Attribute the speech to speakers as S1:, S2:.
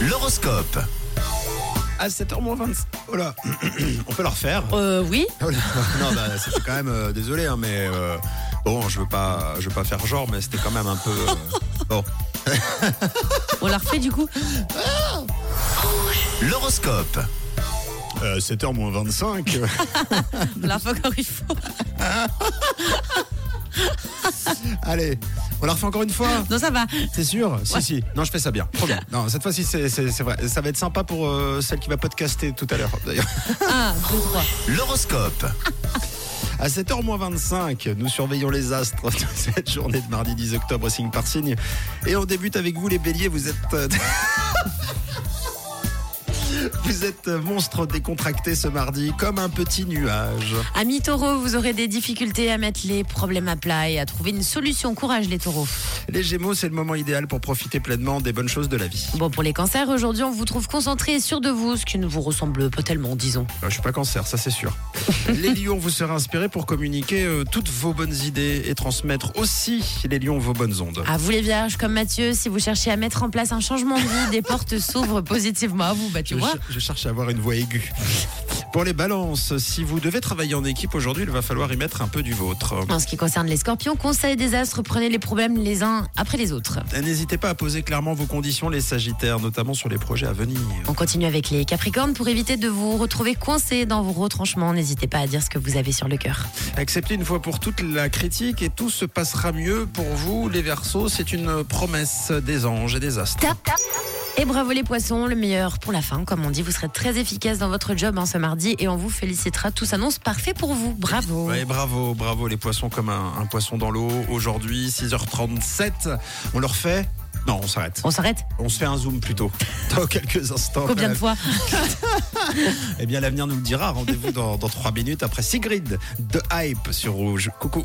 S1: L'horoscope.
S2: À 7h25. Oh là, on peut la refaire.
S3: Euh, oui.
S2: Oh là. non, bah, c'était quand même. euh, désolé, hein, mais euh, bon, je veux pas, je veux pas faire genre, mais c'était quand même un peu. euh, bon.
S3: On la refait du coup.
S1: L'horoscope.
S2: 7h 25.
S3: On la refait encore une fois.
S2: Allez, on la refait encore une fois.
S3: Non, ça va.
S2: C'est sûr Si, si. Non, je fais ça bien. Promis. Non, cette fois-ci, c'est c'est- c'est vrai. Ça va être sympa pour euh, celle qui va podcaster tout à l'heure, d'ailleurs.
S3: 1, 2, 3.
S1: L'horoscope.
S2: À 7h25, nous surveillons les astres de cette journée de mardi 10 octobre, signe par signe. Et on débute avec vous, les béliers. Vous êtes. euh, Vous êtes monstre décontracté ce mardi, comme un petit nuage.
S3: Amis taureaux, vous aurez des difficultés à mettre les problèmes à plat et à trouver une solution. Courage les taureaux.
S2: Les gémeaux, c'est le moment idéal pour profiter pleinement des bonnes choses de la vie.
S3: Bon, pour les cancers, aujourd'hui, on vous trouve concentré et sûr de vous, ce qui ne vous ressemble pas tellement, disons.
S2: Euh, Je suis pas cancer, ça c'est sûr. les lions, vous serez inspirés pour communiquer euh, toutes vos bonnes idées et transmettre aussi les lions vos bonnes ondes.
S3: À vous les vierges, comme Mathieu, si vous cherchez à mettre en place un changement de vie, des portes s'ouvrent positivement à vous, bah tu
S2: Je,
S3: vois.
S2: cher- je cherche à avoir une voix aiguë. Pour les balances, si vous devez travailler en équipe aujourd'hui, il va falloir y mettre un peu du vôtre.
S3: En ce qui concerne les scorpions, conseil des astres, prenez les problèmes les uns après les autres.
S2: N'hésitez pas à poser clairement vos conditions, les sagittaires, notamment sur les projets à venir.
S3: On continue avec les Capricornes pour éviter de vous retrouver coincé dans vos retranchements. N'hésitez pas à dire ce que vous avez sur le cœur.
S2: Acceptez une fois pour toutes la critique et tout se passera mieux pour vous, les versos. C'est une promesse des anges et des astres.
S3: Et bravo les poissons, le meilleur pour la fin. Comme on dit, vous serez très efficace dans votre job hein, ce mardi et on vous félicitera. Tout s'annonce parfait pour vous. Bravo.
S2: Ouais, bravo, bravo les poissons comme un, un poisson dans l'eau. Aujourd'hui, 6h37, on leur fait... Non, on s'arrête.
S3: On s'arrête
S2: On se fait un zoom plutôt. Dans quelques instants.
S3: Combien de fois
S2: Eh bien, l'avenir nous le dira. Rendez-vous dans, dans 3 minutes après Sigrid de Hype sur Rouge. Coucou.